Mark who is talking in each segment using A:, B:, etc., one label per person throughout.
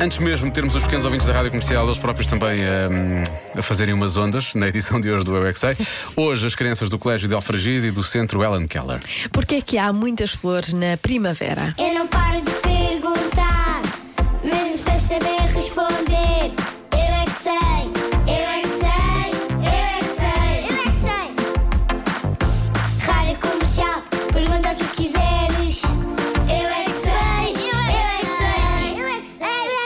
A: Antes mesmo de termos os pequenos ouvintes da Rádio Comercial, eles próprios também hum, a fazerem umas ondas na edição de hoje do Eu é Que Sei, hoje as crianças do Colégio de Alfragide e do Centro Ellen Keller.
B: Porquê é que há muitas flores na primavera?
C: Eu não paro de perguntar, mesmo sem saber responder. Eu é que sei, eu é que sei, eu é que sei, eu é que sei. Rádio comercial, pergunta o que quiseres. Eu é que sei, eu é que sei, eu é que sei, eu é que sei, eu é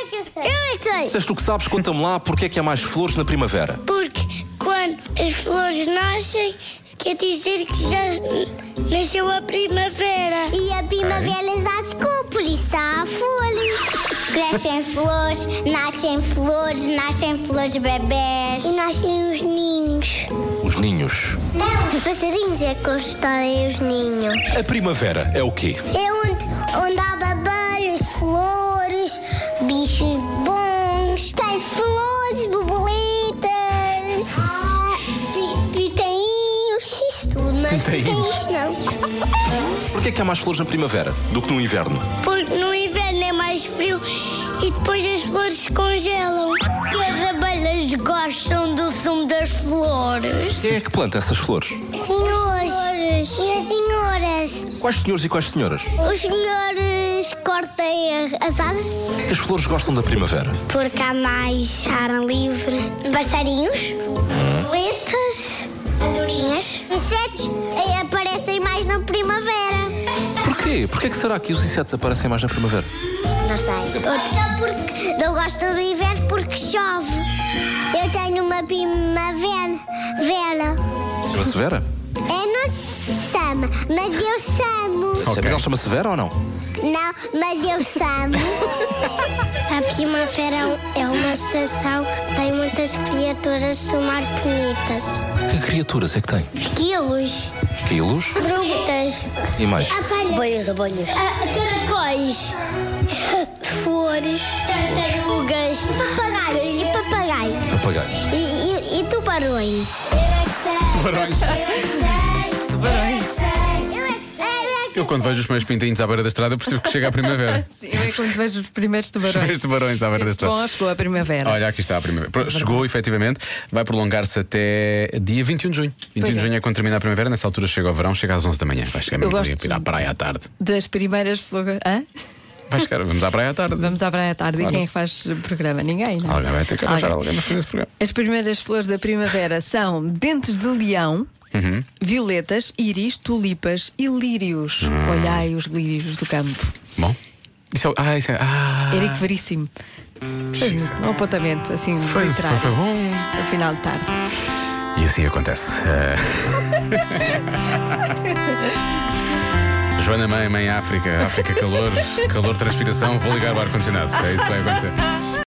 C: que sei.
D: Disseste o que sabes, conta-me lá porque é que há mais flores na primavera.
C: Porque quando as flores nascem, quer dizer que já nasceu a primavera. E a primavera já as cúpulas, há flores. Crescem flores, nascem flores, nascem flores bebés. E nascem os ninhos.
D: Os ninhos.
C: Os passarinhos é que constroem os ninhos.
D: A primavera é o quê?
C: É onde, onde há babalhos, flores, bichos bons. Tem flores, borboletas. E, tem os tudo, mas
D: Pintainhos.
C: não.
D: Porquê é que há mais flores na primavera do que no inverno?
C: Porque no inverno é mais frio e depois as flores congelam. E as abelhas gostam do sumo das flores.
D: Quem é que planta essas flores?
C: Senhores. E as senhoras.
D: Quais senhores e quais senhoras?
C: Os senhores cortem as asas.
D: As flores gostam da primavera.
C: Porque há mais ar livre. Passarinhos, boletas, andorinhas. Insetos aparecem mais na primavera.
D: Porquê? Porquê é que será que os insetos aparecem mais na primavera?
C: Não sei. Então porque não gosto do inverno porque chove. Eu tenho uma primavera. Vela.
D: Chama-se Vera?
C: Eu não samo, mas eu samo.
D: Mas ela chama-se Vera ou não?
C: Não, mas eu samo. A primavera é uma estação que tem muitas criaturas do mar bonitas.
D: Que criaturas é que tem?
C: Esquilos,
D: Quilos
C: frutas,
D: e mais.
C: bolhas, bolhas, caracóis, flores, tartarugas, papagaios e papagaios.
D: Papagaios.
C: E, e, e tubarões? é
A: Tubarões.
C: Tubarões. Eu é que sei.
A: Eu, quando vejo os meus pintinhos à beira da estrada, percebo que chega a primavera.
B: Sim, é quando vejo os primeiros tubarões.
A: Os tubarões à beira da
B: Esse
A: estrada.
B: bom, chegou a primavera.
A: Olha, aqui está a primavera. Pro- Chegou, efetivamente, vai prolongar-se até dia 21 de junho. 21 de
B: é.
A: junho é quando termina a primavera, nessa altura chega o verão, chega às 11 da manhã. Vai chegar mesmo
B: gosto
A: dia, ir à praia à tarde.
B: Das primeiras flores. Hã?
A: Vai chegar, vamos à praia à tarde.
B: Vamos à praia à tarde. E
A: Claro.
B: quem é que faz programa? Ninguém, não?
A: Alguém vai ter que arranjar
B: Alguém.
A: alguém para fazer esse programa.
B: As primeiras flores da primavera são dentes de leão,
A: Uhum.
B: violetas, íris, tulipas e lírios.
A: Hum.
B: Olhai os lírios do campo.
A: Bom. Isso é, ah, isso é. Ah, é
B: Eric Veríssimo.
A: justiça.
B: Um apontamento assim
A: Foi, foi,
B: literário.
A: foi bom.
B: No final de tarde.
A: E assim acontece. Eh, Joana Mãe, Mãe África, África calor, calor transpiração, vou ligar o ar-condicionado. É isso que vai acontecer.